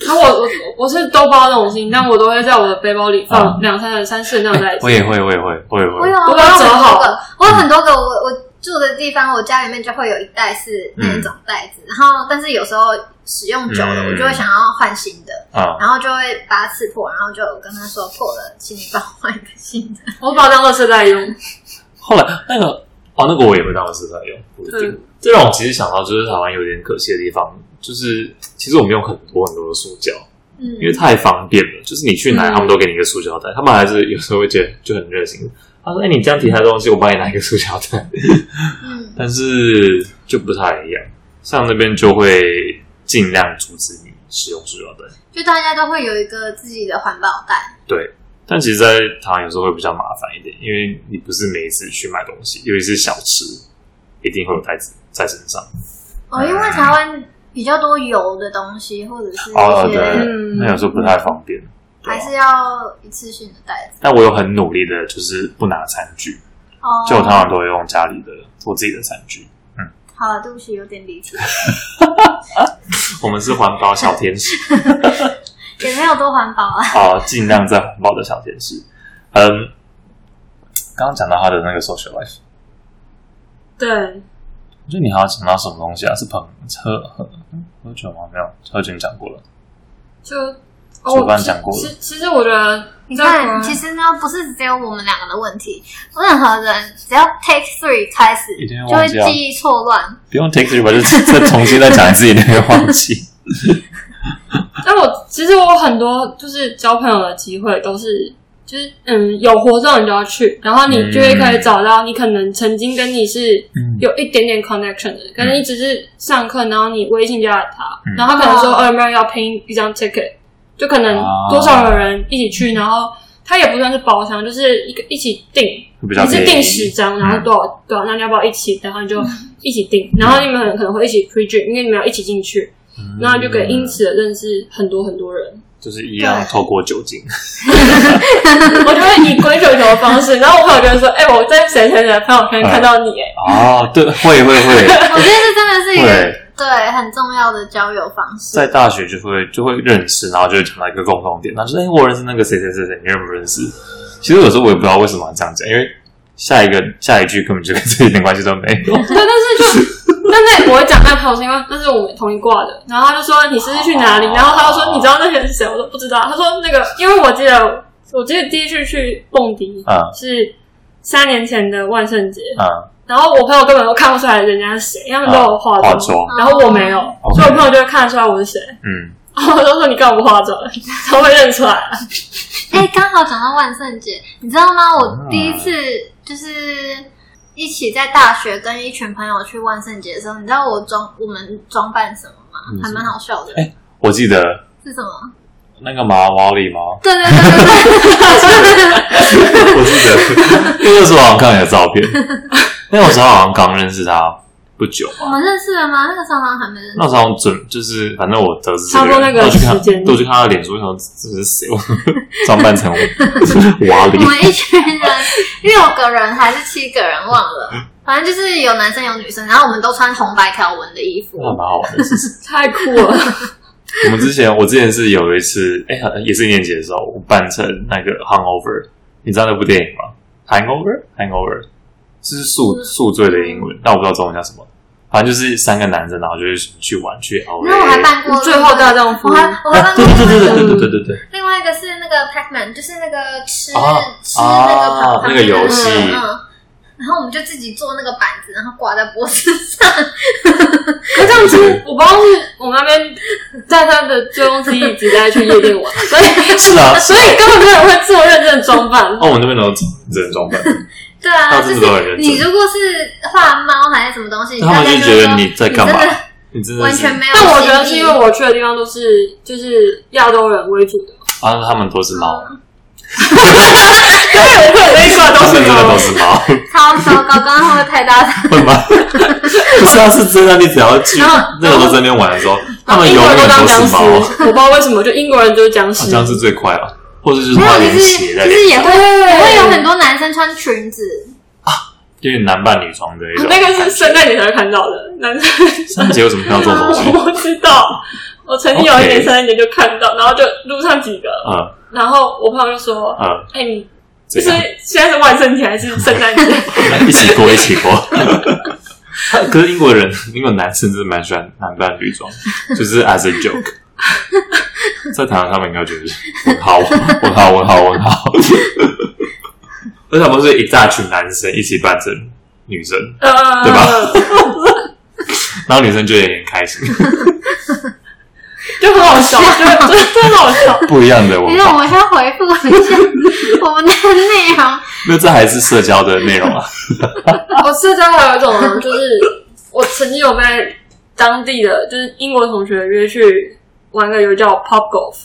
[SPEAKER 3] 然后我我我是都包那种心，但我都会在我的背包里放两三三四那种袋子
[SPEAKER 1] 我。也会，我也会，我也
[SPEAKER 2] 我
[SPEAKER 1] 会
[SPEAKER 2] 有，啊，
[SPEAKER 3] 我
[SPEAKER 2] 我
[SPEAKER 3] 把它
[SPEAKER 2] 有
[SPEAKER 3] 折
[SPEAKER 2] 很
[SPEAKER 3] 好
[SPEAKER 2] 多个，我
[SPEAKER 1] 嗯
[SPEAKER 2] 有很多个，我我住的地方，我家里面就会有一袋是那一种袋子，然后但是有时候使用久了，
[SPEAKER 1] 嗯
[SPEAKER 2] 我就会想要换新的，
[SPEAKER 1] 啊，
[SPEAKER 2] 然后就会把它刺破，然后就跟他说破了，请你帮我换一个新
[SPEAKER 1] <laughs>
[SPEAKER 2] 的。
[SPEAKER 3] 我把它当垃圾袋用。
[SPEAKER 1] 后来那个哦，那个我也会当时在用，不一定
[SPEAKER 3] 嗯。
[SPEAKER 1] 这让我其实想到，就是台湾有点可惜的地方，就是其实我们用很多很多的塑胶，
[SPEAKER 2] 嗯，
[SPEAKER 1] 因为太方便了。就是你去哪，
[SPEAKER 3] 嗯
[SPEAKER 1] 他们都给你一个塑胶袋，他们还是有时候会觉得就很热心。他说：“哎、你这样提他的东西，我帮你拿一个塑胶袋。 <laughs>
[SPEAKER 2] 嗯”，
[SPEAKER 1] 但是就不太一样，像那边就会尽量阻止你使用塑胶袋。
[SPEAKER 2] 就大家都会有一个自己的环保袋，
[SPEAKER 1] 对，但其实，在台湾有时候会比较麻烦一点，因为你不是每一次去买东西，尤其是小吃，一定会有袋子在身上。哎
[SPEAKER 2] 哦，因为台湾比较多油的东西，或者是
[SPEAKER 1] 哦，
[SPEAKER 2] 一
[SPEAKER 1] 对
[SPEAKER 2] 些
[SPEAKER 3] 嗯，
[SPEAKER 1] 那有时候不太方便。对
[SPEAKER 2] 还
[SPEAKER 1] 啊
[SPEAKER 2] 是要一次性的袋子。
[SPEAKER 1] 但我有很努力的，就是不拿餐具，
[SPEAKER 2] 哦，
[SPEAKER 1] 就我通常都会用家里的我自己的餐具。
[SPEAKER 2] 好了，对不起，有点离题， <laughs>
[SPEAKER 1] 我们是环保小天
[SPEAKER 2] <laughs>
[SPEAKER 1] 使，
[SPEAKER 2] 也没有多环保啊。
[SPEAKER 1] 啊，尽量在环保的小天使。嗯，刚刚讲到他的那个 social life，
[SPEAKER 3] 对，
[SPEAKER 1] 我觉得你还要讲到什么东西啊？是朋喝喝喝酒吗？没有，喝酒你讲过了。
[SPEAKER 3] 就
[SPEAKER 1] 主办讲过了
[SPEAKER 3] 其实其实我觉得
[SPEAKER 2] 你
[SPEAKER 3] 在台
[SPEAKER 2] 看，
[SPEAKER 3] 湾
[SPEAKER 2] 其实呢，不是只有我们两个的问题，任何人只要 take three 开始
[SPEAKER 1] 一定会，
[SPEAKER 2] 就会
[SPEAKER 1] 忘记啊
[SPEAKER 2] 记忆错乱。
[SPEAKER 1] 不用 take three 吧，就 <laughs> 再重新再讲一次，一定会忘记。
[SPEAKER 3] <laughs> 但我其实我很多就是交朋友的机会都是，就是嗯有活动你就要去，然后你就会可以找到你可能曾经跟你是
[SPEAKER 1] 嗯，
[SPEAKER 3] 有一点点 connection 的，可能你只是上课，然后你微信加了他，
[SPEAKER 1] 嗯
[SPEAKER 3] 然后他可能说
[SPEAKER 2] 哦
[SPEAKER 3] 哦有没有要拼一张 ticket，就可能
[SPEAKER 1] 啊
[SPEAKER 3] 多少有人一起去，然后他也不算是包厢，就是一个一起订，
[SPEAKER 1] 比较
[SPEAKER 3] 你是
[SPEAKER 1] 便
[SPEAKER 3] 订
[SPEAKER 1] 宜嗯
[SPEAKER 3] 十张，然后多少多少，那你要不要一起？然后
[SPEAKER 1] <laughs>
[SPEAKER 3] 你就一起订，然后你们可能会一起 pre drink，因为你们要一起进去，然后就可以因此认识很多很多人。
[SPEAKER 1] 就是一样
[SPEAKER 2] 对
[SPEAKER 1] 透过酒精，
[SPEAKER 3] <laughs> 我就会以滚球球的方式，然后我朋友就会说：“哎、我在谁谁谁的朋友圈看到你、哎，
[SPEAKER 1] 哦，对，会会会，
[SPEAKER 2] 我觉得这真的是一个
[SPEAKER 1] 对
[SPEAKER 2] 对很重要的交友方式。
[SPEAKER 1] 在大学就会就会认识，然后就会讲到一个共同点，他说：“哎、我认识那个谁谁谁谁，你认不认识？”其实有时候我也不知道为什么要这样讲，因为下一个下一句根本就跟这一点关系都没有。
[SPEAKER 3] <laughs> 对，但是就但那也不会讲在朋口是因为那是我们同一挂的，然后他就说你是去哪里，然后他就说你知道那些是谁，我说不知道，他说那个因为我记得我记得第一次去蹦迪
[SPEAKER 1] 嗯
[SPEAKER 3] 是三年前的万圣节， <laughs>
[SPEAKER 1] 嗯，
[SPEAKER 3] 然后我朋友根本都看不出来人家是谁，他们都有化
[SPEAKER 1] 化
[SPEAKER 3] 妆，
[SPEAKER 1] 妆，哦
[SPEAKER 3] 然后我没有，所以我朋友就会看得出来我是谁，
[SPEAKER 1] 嗯，
[SPEAKER 3] 然后我就说你干嘛不化妆，他会认出来，
[SPEAKER 2] <laughs> 哎、刚好讲到万圣节，你知道吗？我
[SPEAKER 1] 啊
[SPEAKER 2] 第一次就是一起在大学跟一群朋友去万圣节的时候，你知道我装我们装扮什么吗？
[SPEAKER 1] 嗯
[SPEAKER 2] 还蛮好笑的。
[SPEAKER 1] 哎我记得
[SPEAKER 2] 是什么？，
[SPEAKER 1] 那个毛毛里毛
[SPEAKER 2] 对对对
[SPEAKER 1] <laughs>
[SPEAKER 2] 对对，
[SPEAKER 1] 我记得，因为那时候好像看你的照
[SPEAKER 3] <laughs>
[SPEAKER 1] 片，那个时候好像刚认识他不久
[SPEAKER 2] 我
[SPEAKER 3] 嗯
[SPEAKER 1] 吧，
[SPEAKER 2] 们认识了吗？那个时候好像还没认识
[SPEAKER 1] 那。时候准就是，反正我得知这
[SPEAKER 3] 差不多
[SPEAKER 1] 个
[SPEAKER 3] 那
[SPEAKER 1] 人，
[SPEAKER 3] 个
[SPEAKER 1] 都去看
[SPEAKER 3] 时，间
[SPEAKER 1] 都去看他的脸书，我想这是谁？我 <laughs> 装扮成 <laughs> 瓦里
[SPEAKER 2] 我，
[SPEAKER 3] <laughs>
[SPEAKER 2] 们一群人，六个人还是七个人，忘了。
[SPEAKER 1] 嗯
[SPEAKER 2] 反正就是有男生有女生，然后我们都穿红白条纹的衣服。
[SPEAKER 1] 那蛮好玩的。
[SPEAKER 3] 太酷了，
[SPEAKER 1] 我们之前，我之前是有一次，哎、好像也是一年级的时候，我扮成那个 Hangover，你知道那部电影吗？Hangover，Hangover，这是
[SPEAKER 3] 嗯
[SPEAKER 1] 宿宿醉的英文，但我不知道中文叫什么。反正就是三个男生，然后就是去玩去 L
[SPEAKER 2] 然后我还
[SPEAKER 1] A。
[SPEAKER 2] 扮过
[SPEAKER 3] 最后大丈夫
[SPEAKER 2] 我，还我还
[SPEAKER 1] 啊
[SPEAKER 2] 扮过
[SPEAKER 1] <laughs> 对对对对
[SPEAKER 2] 另外一
[SPEAKER 1] 对
[SPEAKER 2] 个
[SPEAKER 1] 对对对对，
[SPEAKER 2] 另外一个是那个 Pac-Man，就是那个吃、
[SPEAKER 1] 啊
[SPEAKER 2] 吃那个
[SPEAKER 1] 啊
[SPEAKER 2] 旁
[SPEAKER 1] 那
[SPEAKER 2] 边的
[SPEAKER 1] 个游戏
[SPEAKER 2] 嗯嗯然后我们就自己做那个板子，然后挂在脖子上。
[SPEAKER 3] 可这样子我不知道是我们那边在他的醉翁之意只在去夜店玩，所以
[SPEAKER 1] 是啊，
[SPEAKER 3] 所以根本没有人会这么认真的装扮，
[SPEAKER 1] 哦，我们那边都只能装扮，
[SPEAKER 2] 对啊，
[SPEAKER 1] 大
[SPEAKER 2] 就
[SPEAKER 1] 致都很
[SPEAKER 2] 是
[SPEAKER 1] 认真
[SPEAKER 2] 你如果是画猫还是什么东西，你
[SPEAKER 1] 他
[SPEAKER 2] 大
[SPEAKER 1] 们
[SPEAKER 2] 概
[SPEAKER 1] 就
[SPEAKER 2] 会
[SPEAKER 1] 觉得
[SPEAKER 2] 说
[SPEAKER 1] 你在干嘛？你真
[SPEAKER 2] 真
[SPEAKER 1] 的
[SPEAKER 2] 的完
[SPEAKER 1] 是
[SPEAKER 2] 全没有。
[SPEAKER 3] 但我觉得是因为我去的地方都是就是亚洲人为主的，
[SPEAKER 1] 啊，他们都是猫，
[SPEAKER 3] 对，我会有那一挂
[SPEAKER 1] 他们真的都是猫，
[SPEAKER 2] 超糟糕，刚刚会不会太大
[SPEAKER 1] <laughs>
[SPEAKER 2] 声？
[SPEAKER 1] 会吗？不是啊，是真的，你只要去
[SPEAKER 3] 然后哦
[SPEAKER 1] 那个时候在那边玩的时候，他们
[SPEAKER 3] 英
[SPEAKER 1] 永
[SPEAKER 3] 国人
[SPEAKER 1] 远
[SPEAKER 3] 都当
[SPEAKER 1] 都
[SPEAKER 3] 僵
[SPEAKER 1] 是
[SPEAKER 3] 尸，
[SPEAKER 1] 猫。
[SPEAKER 3] <laughs> 我不知道为什么，就英国人就是僵
[SPEAKER 1] 好
[SPEAKER 3] 尸，
[SPEAKER 1] 像是最快了，或者就是
[SPEAKER 2] 没
[SPEAKER 1] 他
[SPEAKER 2] 有，
[SPEAKER 1] 连
[SPEAKER 2] 就是
[SPEAKER 1] 鞋在
[SPEAKER 2] 就
[SPEAKER 1] 脸
[SPEAKER 2] 是也
[SPEAKER 1] 上，
[SPEAKER 2] 会也会有很多男生穿裙子，
[SPEAKER 1] 有点男扮女装的一种。
[SPEAKER 3] 那个是圣诞节才会看到的，男生
[SPEAKER 1] 三姐为什么看到这
[SPEAKER 3] <laughs>
[SPEAKER 1] 种东西？
[SPEAKER 3] 我不知道。我曾经有一年
[SPEAKER 1] OK
[SPEAKER 3] 圣诞节就看到，然后就路上几个，
[SPEAKER 1] 呃
[SPEAKER 3] 然后我朋友就说
[SPEAKER 1] 呃，：“
[SPEAKER 3] 哎、你
[SPEAKER 1] 这
[SPEAKER 3] 是
[SPEAKER 1] 样
[SPEAKER 3] 现在是万圣节还是圣诞节？”
[SPEAKER 1] <laughs> 一起过一起过。他可是英国人，英国男生真的蛮喜欢男扮女装，就是 as a <laughs> joke。在台湾他们应该觉得是问号问号问号问号，而且他们是一大群男生一起扮成女生，
[SPEAKER 3] 呃，
[SPEAKER 1] 对然后女生就有点开心，
[SPEAKER 3] <laughs> 就很好
[SPEAKER 1] <laughs>
[SPEAKER 3] 笑，就就就很好笑。
[SPEAKER 1] 不一样的
[SPEAKER 2] 你
[SPEAKER 1] 文
[SPEAKER 2] 让
[SPEAKER 1] 化。
[SPEAKER 2] 我先回复一下我们的内容。
[SPEAKER 1] 那这还是社交的内容啊。
[SPEAKER 3] <laughs> 我社交还有一种呢，就是我曾经有被当地的就是英国同学约去玩个游戏叫 Pop Golf，、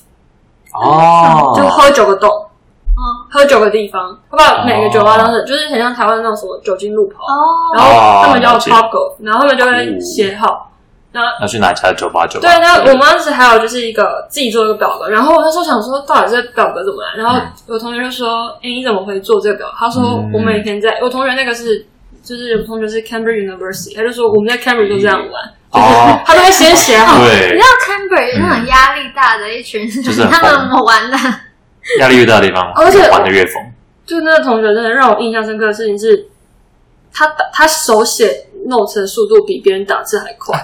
[SPEAKER 1] 哦
[SPEAKER 3] 就喝酒的洞，
[SPEAKER 2] 哦
[SPEAKER 3] 喝酒的地方，他把每个酒吧当成、就是很像台湾那种什么酒精路跑，
[SPEAKER 2] 哦，
[SPEAKER 3] 然后他
[SPEAKER 1] 哦
[SPEAKER 3] 们叫
[SPEAKER 1] 了解哦
[SPEAKER 3] Pop Golf，然后他们就会写好。然后
[SPEAKER 1] 要去哪家酒吧？酒吧
[SPEAKER 3] 对，那我们当时还有就是一个自己做一个表格，然后我那时候想说到底这表格怎么来，然后
[SPEAKER 1] 嗯
[SPEAKER 3] 有同学就说：“哎、你怎么会做这个表？”他说：“
[SPEAKER 1] 嗯
[SPEAKER 3] 我们以前在，我同学那个是就是我同学是 Cambridge University，他就说我们在 Cambridge 就这样玩，
[SPEAKER 1] 哦，
[SPEAKER 3] 他都会先写好。
[SPEAKER 2] 你知
[SPEAKER 3] <laughs>
[SPEAKER 1] 对
[SPEAKER 2] 道，Cambridge 那种压力大的一群人，
[SPEAKER 1] 就是很
[SPEAKER 2] 他
[SPEAKER 1] 疯
[SPEAKER 2] 们我玩的，
[SPEAKER 1] 压力越大的地方，
[SPEAKER 3] 而且
[SPEAKER 1] 玩的越疯。
[SPEAKER 3] 就那个同学真的让我印象深刻的事情是，他打他手写 notes 的速度比别人打字还快。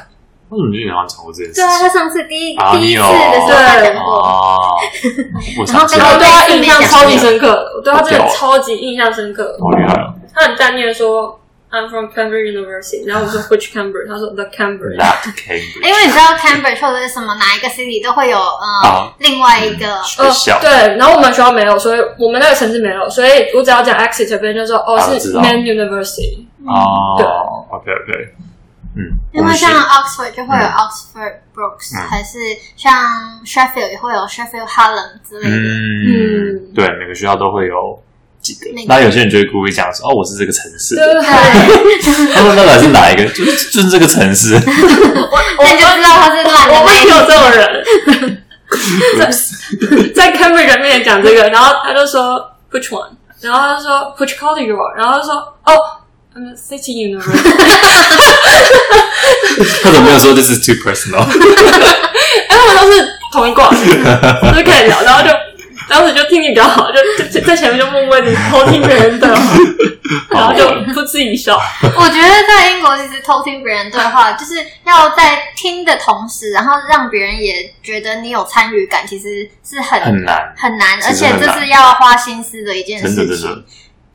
[SPEAKER 1] 为什么你好像讲过这件事
[SPEAKER 2] 对啊，
[SPEAKER 1] 情？
[SPEAKER 2] 他上次第一、
[SPEAKER 1] 啊
[SPEAKER 2] 第
[SPEAKER 1] 你
[SPEAKER 2] 一次
[SPEAKER 1] 有
[SPEAKER 2] 的时候他讲过，
[SPEAKER 1] 哦，我
[SPEAKER 2] 然
[SPEAKER 1] 想
[SPEAKER 2] 后跟
[SPEAKER 1] 起
[SPEAKER 3] 然
[SPEAKER 1] 来
[SPEAKER 3] 后我
[SPEAKER 1] 了，
[SPEAKER 3] 啊对他印象超级深刻啊的，我对他真的超级印象深刻。
[SPEAKER 1] 好厉害哦！
[SPEAKER 3] 他很淡定的说：“I'm from Cambridge University。”然后我说：“Which Cambridge？” 他说：“The Cambridge。
[SPEAKER 1] That Cambridge
[SPEAKER 2] 因为你知道 Cambridge 或者是什么哪一个 city 都会有呃
[SPEAKER 1] 啊
[SPEAKER 2] 另外一个，哦
[SPEAKER 1] 学”校，
[SPEAKER 3] 哦对，然后我们学校没有，所以我们那个城市没有，所以我只要讲 Exit，别人就说：“哦，
[SPEAKER 1] 啊
[SPEAKER 3] 是
[SPEAKER 1] 知道
[SPEAKER 3] Man University。对
[SPEAKER 1] 哦，OK OK，嗯，
[SPEAKER 2] 因
[SPEAKER 1] 我
[SPEAKER 2] 为
[SPEAKER 1] 们是
[SPEAKER 2] 像 Oxford 就会有
[SPEAKER 1] 嗯
[SPEAKER 2] Oxford Brooks，、
[SPEAKER 1] 嗯
[SPEAKER 2] 还是像 Sheffield 也会有 Sheffield Hallam 之类的。
[SPEAKER 1] 嗯，对，每个学校都会有几个
[SPEAKER 2] 那个，
[SPEAKER 1] 那有些人就会故意讲说，哦，我是这个城”市
[SPEAKER 3] 对
[SPEAKER 1] 的，
[SPEAKER 3] <laughs> 对
[SPEAKER 2] 对，
[SPEAKER 1] 他们到底是哪一个？就是就是这个城市，
[SPEAKER 2] 那你就知道他是烂的
[SPEAKER 3] 我
[SPEAKER 2] <laughs> 那
[SPEAKER 3] 们
[SPEAKER 2] 一
[SPEAKER 3] 有
[SPEAKER 2] 种。
[SPEAKER 3] 这种人，
[SPEAKER 1] <laughs>
[SPEAKER 3] 在 Cambridge 人面前讲这个，然后他就说 Which one？然后他就说 Which college you are？然后他就说哦。嗯，City University，
[SPEAKER 1] 他怎么没有说 this is too
[SPEAKER 2] <laughs>
[SPEAKER 1] personal？
[SPEAKER 3] 哎，我们都是同一挂，就是可以聊，然后就当时就听你比较好，就就在前面就默默地偷听别
[SPEAKER 1] <laughs>
[SPEAKER 3] 人的，然后就噗嗤一笑。
[SPEAKER 2] 我觉得在英国其实偷听别人对话，就是要在听的同时，然后让别人也觉得你有参与感，其实是很
[SPEAKER 1] 很难，
[SPEAKER 2] 很难，
[SPEAKER 1] 其
[SPEAKER 2] 而
[SPEAKER 1] 实
[SPEAKER 2] 且
[SPEAKER 1] 很难
[SPEAKER 2] 这是要花心思的一件
[SPEAKER 1] 真的
[SPEAKER 2] 事
[SPEAKER 1] 真
[SPEAKER 2] 情
[SPEAKER 1] 的。，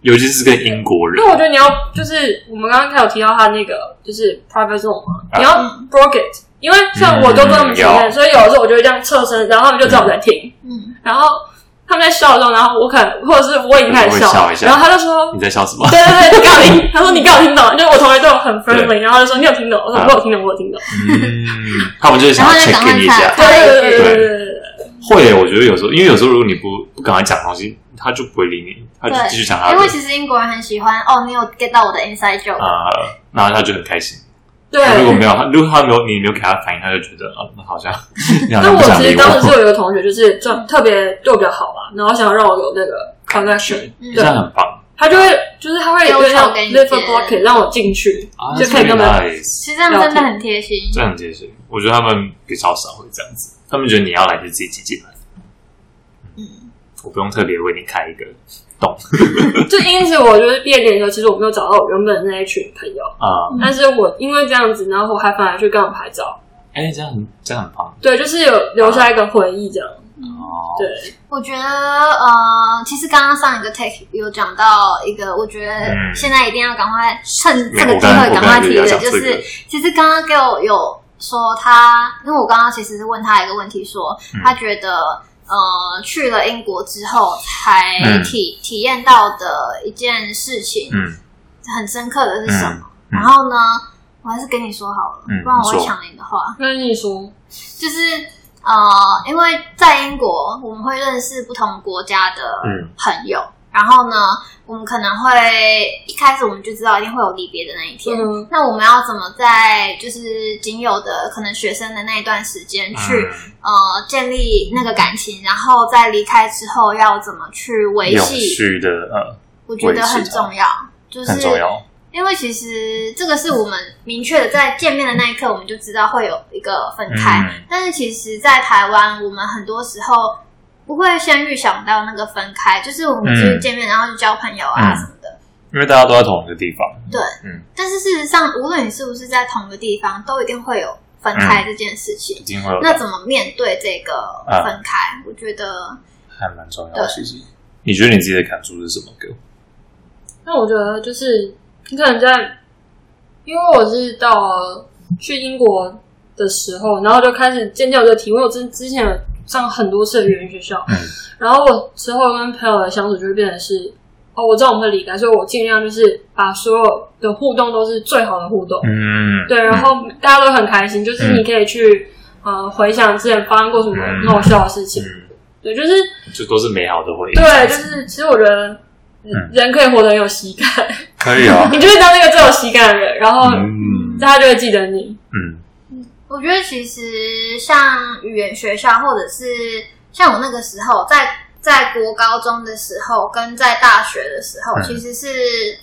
[SPEAKER 1] 尤其是跟英国人
[SPEAKER 3] 因为，我觉得你要就是我们刚刚有提到他那个就是 private zone 嘛，
[SPEAKER 1] 啊
[SPEAKER 3] 你要 broke it，因为像我都跟他们前面，
[SPEAKER 1] 嗯
[SPEAKER 3] 所以有的时候我就会这样侧身，然后他们就知道我在听，
[SPEAKER 2] 嗯，
[SPEAKER 3] 然后他们在笑的时候，然后我可能或者是我已经开始
[SPEAKER 1] 我会
[SPEAKER 3] 笑
[SPEAKER 1] 笑
[SPEAKER 3] 了
[SPEAKER 1] 一，下
[SPEAKER 3] 然后他就说
[SPEAKER 1] 你在笑什么？
[SPEAKER 3] 对对对，你刚好听，他说你刚好听懂，就是我同学对我很 friendly，然后就说你有听懂，我说
[SPEAKER 1] 啊
[SPEAKER 3] 我有听懂，我有听懂，
[SPEAKER 1] 嗯，他们就是想要
[SPEAKER 2] 然后就
[SPEAKER 1] check
[SPEAKER 2] 赶快
[SPEAKER 1] in 一
[SPEAKER 2] 看
[SPEAKER 1] 下。
[SPEAKER 3] 对对对对对对
[SPEAKER 1] 会，我觉得有时候，因为有时候如果你不不赶快讲东西，他就不会理你，他就
[SPEAKER 2] 对
[SPEAKER 1] 继续讲他
[SPEAKER 2] 因
[SPEAKER 1] 的
[SPEAKER 2] 为其实英国人很喜欢哦，你有 get 到我的 inside joke，、
[SPEAKER 1] 啊、然后他就很开心。
[SPEAKER 3] 对
[SPEAKER 1] 啊如果
[SPEAKER 3] 对。
[SPEAKER 1] 没有，他如果他没有你没有给他反应，他就觉得啊，那
[SPEAKER 3] <laughs>
[SPEAKER 1] 好像你好
[SPEAKER 3] 那
[SPEAKER 1] 像
[SPEAKER 3] 我
[SPEAKER 1] 不想
[SPEAKER 3] 其
[SPEAKER 1] 理
[SPEAKER 3] 实当时
[SPEAKER 1] 我，
[SPEAKER 3] 是有一个同学，就是就特别对我比较好嘛，然后想要让我有那个 connection，
[SPEAKER 2] 嗯
[SPEAKER 1] <laughs> 这样很棒。
[SPEAKER 3] 他就会就是他会有点像
[SPEAKER 2] 丢球给你
[SPEAKER 3] l i f e block，让我进去
[SPEAKER 1] 啊，
[SPEAKER 3] 就可以
[SPEAKER 1] that's
[SPEAKER 3] 跟
[SPEAKER 1] really
[SPEAKER 3] 他
[SPEAKER 1] nice，
[SPEAKER 2] 其实这样真的很贴心。
[SPEAKER 1] 这样解释。我觉得他们比较少会这样子，他们觉得你要来就自己挤进来。
[SPEAKER 2] 嗯，
[SPEAKER 1] 我不用特别为你开一个洞
[SPEAKER 3] 就因此，我就是毕业典礼的时候，其实我没有找到我原本的那一群朋友，
[SPEAKER 1] 啊！
[SPEAKER 3] 但是我因为这样子，然后我还反而去跟他们拍照，
[SPEAKER 1] 哎、这样很这样很棒
[SPEAKER 3] 对，就是有留下一个回忆这样，
[SPEAKER 1] 哦。
[SPEAKER 3] 对，
[SPEAKER 2] 我觉得呃，其实刚刚上一个 take 有讲到一个，我觉得
[SPEAKER 1] 嗯
[SPEAKER 2] 现在一定要赶快趁这个
[SPEAKER 1] 我
[SPEAKER 2] 机
[SPEAKER 1] 刚
[SPEAKER 2] 会
[SPEAKER 1] 我
[SPEAKER 2] 赶快
[SPEAKER 1] 刚才
[SPEAKER 2] 提
[SPEAKER 1] 要
[SPEAKER 2] 的，
[SPEAKER 1] 讲
[SPEAKER 2] 就
[SPEAKER 1] 这
[SPEAKER 2] 是、
[SPEAKER 1] 个，
[SPEAKER 2] 其实刚刚 Gil 有说他，因为我刚刚其实是问他一个问题说
[SPEAKER 1] 嗯
[SPEAKER 2] 他觉得呃去了英国之后才
[SPEAKER 1] 嗯
[SPEAKER 2] 体、体验到的一件事情，
[SPEAKER 1] 嗯
[SPEAKER 2] 很深刻的是什么？
[SPEAKER 1] 嗯嗯
[SPEAKER 2] 然后呢，我还是跟你说好了，
[SPEAKER 1] 嗯
[SPEAKER 2] 不然我会
[SPEAKER 1] 你说
[SPEAKER 2] 抢你的话。
[SPEAKER 3] 跟你说，
[SPEAKER 2] 就是呃，因为在英国，我们会认识不同国家的
[SPEAKER 1] 嗯
[SPEAKER 2] 朋友，然后呢，我们可能会一开始我们就知道一定会有离别的那一天。
[SPEAKER 3] 嗯
[SPEAKER 2] 那我们要怎么在就是仅有的可能学生的那一段时间去、
[SPEAKER 1] 嗯
[SPEAKER 2] 呃建立那个感情，然后在离开之后要怎么去
[SPEAKER 1] 嗯
[SPEAKER 2] 维
[SPEAKER 1] 永
[SPEAKER 2] 系？
[SPEAKER 1] 续的呃
[SPEAKER 2] 我觉得很
[SPEAKER 1] 维持它
[SPEAKER 2] 重要，就是
[SPEAKER 1] 很重要。
[SPEAKER 2] 因为其实这个是我们明确的在见面的那一刻，我们就知道会有一个分开。
[SPEAKER 1] 嗯
[SPEAKER 2] 但是其实，在台湾，我们很多时候不会先预想到那个分开，就是我们就是见面，然后就交朋友啊
[SPEAKER 1] 嗯
[SPEAKER 2] 什么的。
[SPEAKER 1] 因为大家都在同一个地方，
[SPEAKER 2] 对，
[SPEAKER 1] 嗯
[SPEAKER 2] 但是事实上，无论你是不是在同一个地方，都一定会有分
[SPEAKER 1] 嗯
[SPEAKER 2] 开这件事情。
[SPEAKER 1] 一定会有
[SPEAKER 2] 那怎么面对这个分开？我觉得
[SPEAKER 1] 还蛮重要的。其实，你觉得你自己的感触是什么？哥，
[SPEAKER 3] 那我觉得就是你可能在，因为我是到了去英国的时候，然后就开始渐渐有这个题，因为我之之前有上很多次的语言学校，
[SPEAKER 1] 嗯
[SPEAKER 3] 然后我之后跟朋友的相处就会变成是，哦，我知道我们会离开，所以我尽量就是把所有的互动都是最好的互动，
[SPEAKER 1] 嗯，
[SPEAKER 3] 对，然后大家都很开心，就是你可以去、呃回想之前发生过什么
[SPEAKER 1] 嗯
[SPEAKER 3] 闹笑的事情，
[SPEAKER 1] 嗯，
[SPEAKER 3] 对，就是
[SPEAKER 1] 就都是美好的回忆。
[SPEAKER 3] 对，就是其实我觉得。
[SPEAKER 1] 嗯
[SPEAKER 3] 人可以活得很有喜感，
[SPEAKER 1] 可以啊。
[SPEAKER 3] <laughs> 你就会当那个最有喜感的人，然后
[SPEAKER 1] 嗯
[SPEAKER 3] 大家就会记得你。
[SPEAKER 1] 嗯
[SPEAKER 2] 我觉得其实像语言学校，或者是像我那个时候在在国高中的时候，跟在大学的时候，
[SPEAKER 1] 嗯
[SPEAKER 2] 其实是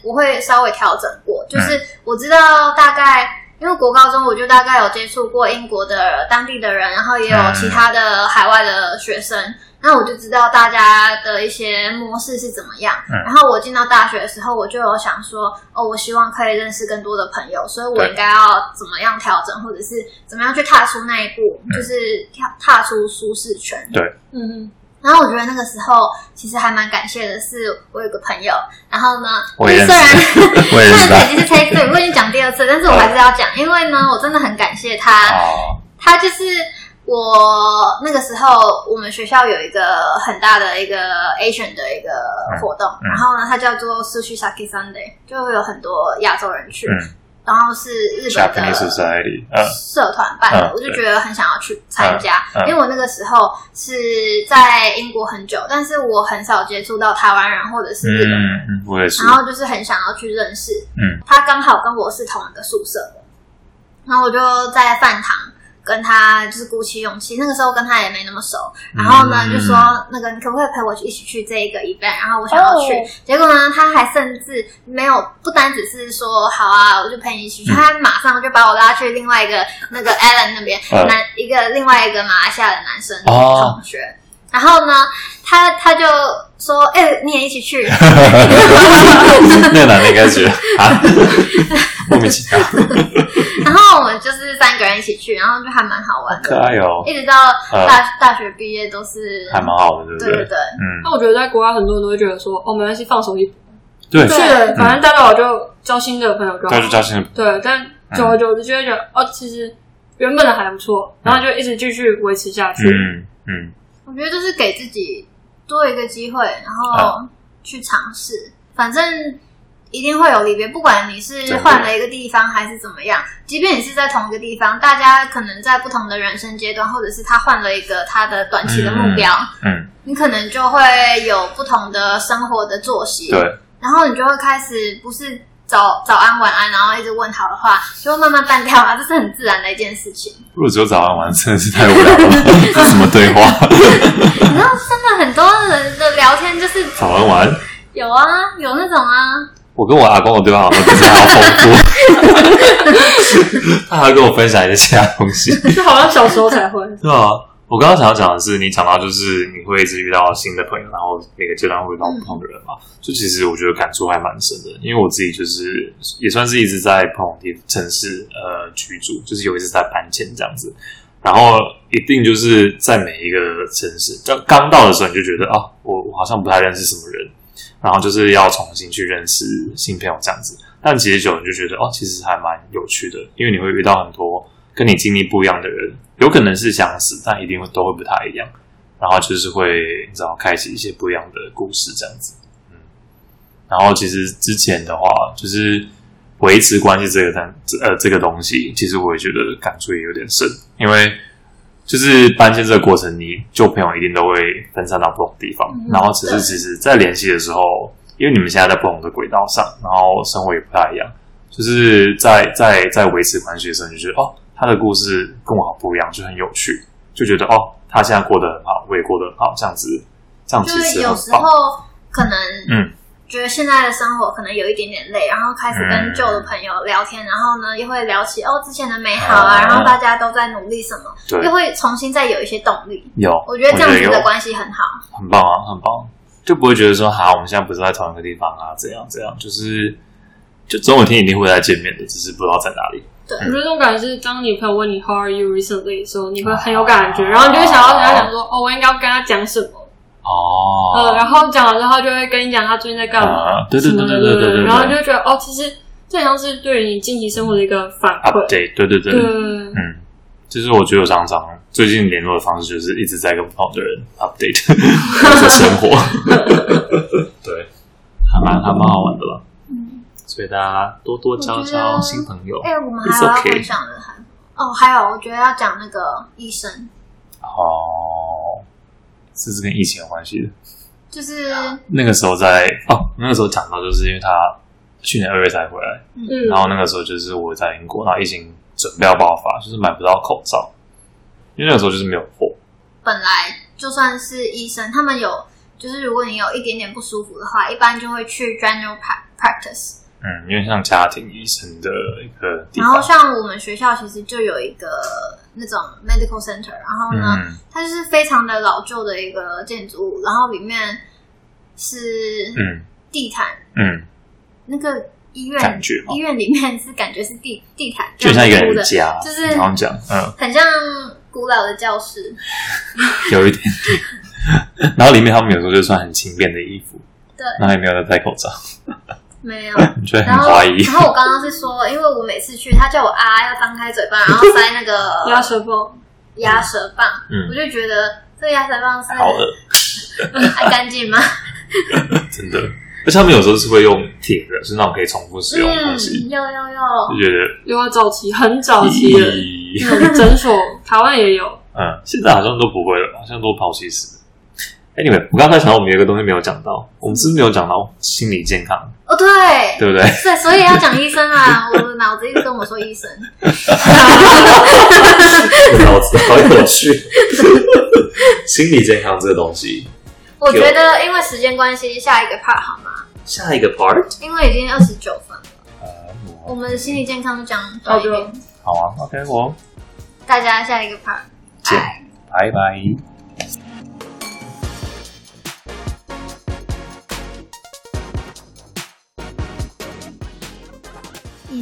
[SPEAKER 2] 我会稍微调整过，就是我知道大概。因为国高中我就大概有接触过英国的当地的人，然后也有
[SPEAKER 1] 嗯
[SPEAKER 2] 其他的海外的学生，那我就知道大家的一些模式是怎么样。
[SPEAKER 1] 嗯
[SPEAKER 2] 然后我进到大学的时候，我就有想说，哦，我希望可以认识更多的朋友，所以我
[SPEAKER 1] 对
[SPEAKER 2] 应该要怎么样调整，或者是怎么样去踏出那一步，
[SPEAKER 1] 嗯
[SPEAKER 2] 就是踏踏出舒适圈。
[SPEAKER 3] 嗯，
[SPEAKER 2] 然后我觉得那个时候其实还蛮感谢的是，我有个朋友，然后呢，
[SPEAKER 1] 我也认识
[SPEAKER 2] 虽然
[SPEAKER 1] <laughs> 我也认识
[SPEAKER 2] <laughs> 虽
[SPEAKER 1] 他
[SPEAKER 2] 然已经是 take three，我已经讲第二次，但是我还是要讲，因为呢，我真的很感谢他。
[SPEAKER 1] 啊，
[SPEAKER 2] 他就是我那个时候，我们学校有一个很大的一个 Asian 的一个活动，
[SPEAKER 1] 嗯嗯
[SPEAKER 2] 然后呢，它叫做 Sushi Sake Sunday，就会有很多亚洲人去，
[SPEAKER 1] 嗯
[SPEAKER 2] 然后是日本
[SPEAKER 1] ，Japanese
[SPEAKER 2] 的
[SPEAKER 1] Society，嗯
[SPEAKER 2] 社团办的，
[SPEAKER 1] 嗯
[SPEAKER 2] 我就觉得很想要去参加，
[SPEAKER 1] 嗯嗯
[SPEAKER 2] 因为我那个时候是在英国很久，但是我很少接触到台湾人或者是日本人，
[SPEAKER 1] 嗯嗯，我也是
[SPEAKER 2] 然，后就是很想要去认识，
[SPEAKER 1] 嗯
[SPEAKER 2] 他刚好跟我是同一个宿舍的，然后我就在饭堂跟他就是鼓起勇气，那个时候跟他也没那么熟，然后呢、
[SPEAKER 1] 嗯
[SPEAKER 2] 就说那个你可不可以陪我一起去这一个 event，然后我想要去，
[SPEAKER 3] 哦
[SPEAKER 2] 结果呢他还甚至没有不单只是说好啊，我就陪你一起去，
[SPEAKER 1] 嗯
[SPEAKER 2] 他马上就把我拉去另外一个那个 Alan 那边、
[SPEAKER 1] 嗯
[SPEAKER 2] 男一个另外一个马来西亚的男生
[SPEAKER 1] 哦
[SPEAKER 2] 同学。然后呢，他他就说：“哎、你也一起
[SPEAKER 1] <laughs>
[SPEAKER 2] 去。”
[SPEAKER 1] 那个男的应该觉得啊，莫名其妙，
[SPEAKER 2] 然后我们就是三个人一起去，然后就还蛮好玩的，
[SPEAKER 1] 可爱哦，
[SPEAKER 2] 一直到大大学毕业都是，
[SPEAKER 1] 还蛮好的，对不
[SPEAKER 2] 对对对，
[SPEAKER 1] 嗯，
[SPEAKER 3] 那我觉得在国外很多人都会觉得说，哦，没关系，放手一搏，
[SPEAKER 1] 对，
[SPEAKER 3] 去了反正代表我就交新的朋友就好
[SPEAKER 1] 对，。就嗯交嗯心，
[SPEAKER 3] 对，但久而久之就会觉得，哦，其实原本的还不错，然后就一直继续维持下去。
[SPEAKER 1] 嗯嗯，
[SPEAKER 2] 我觉得就是给自己多一个机会，然后
[SPEAKER 1] 啊
[SPEAKER 2] 去尝试，反正一定会有离别，不管你是
[SPEAKER 1] 对
[SPEAKER 2] 换了一个地方还是怎么样，即便你是在同一个地方，大家可能在不同的人生阶段，或者是他换了一个他的短期的目标，
[SPEAKER 1] 嗯，
[SPEAKER 2] 你可能就会有不同的生活的作息，
[SPEAKER 1] 对，
[SPEAKER 2] 然后你就会开始不是。早早安晚安，然后一直问好的话，就会慢慢淡掉啊，这是很自然的一件事情。
[SPEAKER 1] 如果只有早上玩，真的是太无聊了，这什么对话？
[SPEAKER 2] 你知道，真的很多人的聊天就是
[SPEAKER 1] 早安晚安，
[SPEAKER 2] 有啊，有那种啊，
[SPEAKER 1] 我跟我阿公的对话好像不是好丰富，他还会跟我分享一些其他东西。
[SPEAKER 3] 就好像小时候才 <laughs> 会，
[SPEAKER 1] 对啊，我刚刚想要讲的是，你讲到就是你会一直遇到新的朋友，然后每个阶段会遇到不同的人嘛。就其实我觉得感触还蛮深的，因为我自己就是也算是一直在不同地城市呃居住，就是有一次在搬迁这样子。然后一定就是在每一个城市，刚刚到的时候你就觉得啊，我我好像不太认识什么人，然后就是要重新去认识新朋友这样子。但其实久了你就觉得哦，其实还蛮有趣的，因为你会遇到很多跟你经历不一样的人，有可能是相似，但一定会都会不太一样。然后就是会你知道开启一些不一样的故事这样子。嗯，然后其实之前的话，就是维持关系这个单呃这个东西，其实我也觉得感触也有点深，因为就是搬迁这个过程，你旧朋友一定都会分散到不同地方，
[SPEAKER 3] 嗯
[SPEAKER 1] 然后只是其实在联系的时候，因为你们现在在不同的轨道上，然后生活也不太一样。就是在在在维持关系的时候，你就觉得哦，他的故事跟我好不一样，就很有趣，就觉得哦，他现在过得很好，我也过得很好，这样子，这样
[SPEAKER 2] 就
[SPEAKER 1] 其
[SPEAKER 2] 是
[SPEAKER 1] 实
[SPEAKER 2] 有
[SPEAKER 1] 很
[SPEAKER 2] 时
[SPEAKER 1] 棒。
[SPEAKER 2] 候可能
[SPEAKER 1] 嗯
[SPEAKER 2] 觉得现在的生活可能有一点点累，然后开始跟
[SPEAKER 1] 嗯
[SPEAKER 2] 旧的朋友聊天，然后呢又会聊起哦之前的美好啊，
[SPEAKER 1] 啊
[SPEAKER 2] 然后大家都在努力什么，
[SPEAKER 1] 对
[SPEAKER 2] 又，会重新再有一些动力。
[SPEAKER 1] 有，
[SPEAKER 2] 我嗯觉得这样子
[SPEAKER 1] 有
[SPEAKER 2] 的关系很好，
[SPEAKER 1] 很棒啊，很棒，就不会觉得说哈，我们现在不是在同一个地方啊，怎样怎样，就是就总有一天一定会再见面的，只是不知道在哪里。
[SPEAKER 3] 我觉得这种感觉是，当你朋友问你 How are you recently 的时候，你会很有感
[SPEAKER 1] 哦
[SPEAKER 3] 觉，然后你就会想要跟他讲说，哦，我应该要跟他讲什么，呃，
[SPEAKER 1] 哦，
[SPEAKER 3] 然后讲了之后他就会跟你讲他最近在干嘛，
[SPEAKER 1] 啊，对对
[SPEAKER 3] 什么
[SPEAKER 1] 对
[SPEAKER 3] 的，
[SPEAKER 1] 对对对
[SPEAKER 3] 然后你就会觉得，哦，其实这好像是对你近期生活的一个反馈，
[SPEAKER 1] update，对对对，
[SPEAKER 3] 对，
[SPEAKER 1] 嗯，就是我觉得我常常最近联络的方式就是一直在跟不同的人 update <laughs> 我的生活，对，还蛮还蛮好玩的了。
[SPEAKER 2] 嗯
[SPEAKER 1] 所以大家多多交交新朋友。
[SPEAKER 2] 哎、我们
[SPEAKER 1] It's
[SPEAKER 2] 还有要
[SPEAKER 1] okay
[SPEAKER 2] 分享的还哦，还有我觉得要讲那个医生，
[SPEAKER 1] 哦，这是跟疫情有关系的。
[SPEAKER 2] 就是
[SPEAKER 1] 那个时候在哦，那个时候讲到就是因为他去年二月才回来，
[SPEAKER 3] 嗯，
[SPEAKER 1] 然后那个时候就是我在英国，然后疫情准备要爆发，就是买不到口罩，因为那个时候就是没有货。
[SPEAKER 2] 本来就算是医生，他们有就是如果你有一点点不舒服的话，一般就会去 general pra- practice。
[SPEAKER 1] 嗯，因为像家庭医生的一个地
[SPEAKER 2] 然后
[SPEAKER 1] 方，
[SPEAKER 2] 像我们学校其实就有一个那种 medical center，然后呢，
[SPEAKER 1] 嗯
[SPEAKER 2] 它就是非常的老旧的一个建筑物，然后里面是
[SPEAKER 1] 嗯
[SPEAKER 2] 地毯，
[SPEAKER 1] 嗯，
[SPEAKER 2] 那个医院
[SPEAKER 1] 感觉嘛
[SPEAKER 2] 医院里面是感觉是地地毯，
[SPEAKER 1] 就很像一个
[SPEAKER 2] 这样
[SPEAKER 1] 人
[SPEAKER 2] 铺
[SPEAKER 1] 的
[SPEAKER 2] 的，
[SPEAKER 1] 家，
[SPEAKER 2] 就是
[SPEAKER 1] 然后讲，嗯，
[SPEAKER 2] 很像古老的教室。
[SPEAKER 1] 有一点。 <laughs> 然后里面他们有时候就穿很轻便的衣服，
[SPEAKER 2] 对，
[SPEAKER 1] 然后也没有在戴口罩，
[SPEAKER 2] 没有。
[SPEAKER 1] 你就会
[SPEAKER 2] 然
[SPEAKER 1] 很
[SPEAKER 2] 后
[SPEAKER 1] 怀疑，
[SPEAKER 2] 然后我刚刚是说，因为我每次去，他叫我啊要张开嘴巴，然后塞那个
[SPEAKER 3] 鸭舌棒，
[SPEAKER 2] 鸭舌棒，
[SPEAKER 1] 嗯
[SPEAKER 2] 我就觉得这个鸭舌棒是
[SPEAKER 1] <laughs> 好恶，
[SPEAKER 2] 爱干净
[SPEAKER 1] <laughs>
[SPEAKER 2] 吗？
[SPEAKER 1] 真的。而且他们有时候是会用铁的，是那种可以重复使用的东西，
[SPEAKER 2] 嗯，有有有，
[SPEAKER 1] 就觉得
[SPEAKER 3] 又要早期，很早期的
[SPEAKER 1] 咦
[SPEAKER 3] 那种诊所，台湾也有，
[SPEAKER 1] 嗯，现在好像都不会了，好像都抛弃式。Anyway，我刚才想到我们有一个东西没有讲到，我们是不是没有讲到心理健康，
[SPEAKER 2] 哦对，
[SPEAKER 1] 对不对？
[SPEAKER 2] 是所以要讲医生啊，我的脑子一直跟我说医生，
[SPEAKER 1] 脑子好有趣。 <laughs> 心理健康这个东西，
[SPEAKER 2] 我觉得因为时间关系，下一个 part 好吗？
[SPEAKER 1] 下一个 part，
[SPEAKER 2] 因为已经二十九分了，
[SPEAKER 1] 呃，
[SPEAKER 2] 我们心理健康讲短
[SPEAKER 3] 好
[SPEAKER 2] 一点
[SPEAKER 3] 的，，
[SPEAKER 1] 好啊，OK，我
[SPEAKER 2] 大家下一个 part
[SPEAKER 1] 见
[SPEAKER 2] 拜。
[SPEAKER 1] 拜拜。
[SPEAKER 2] 以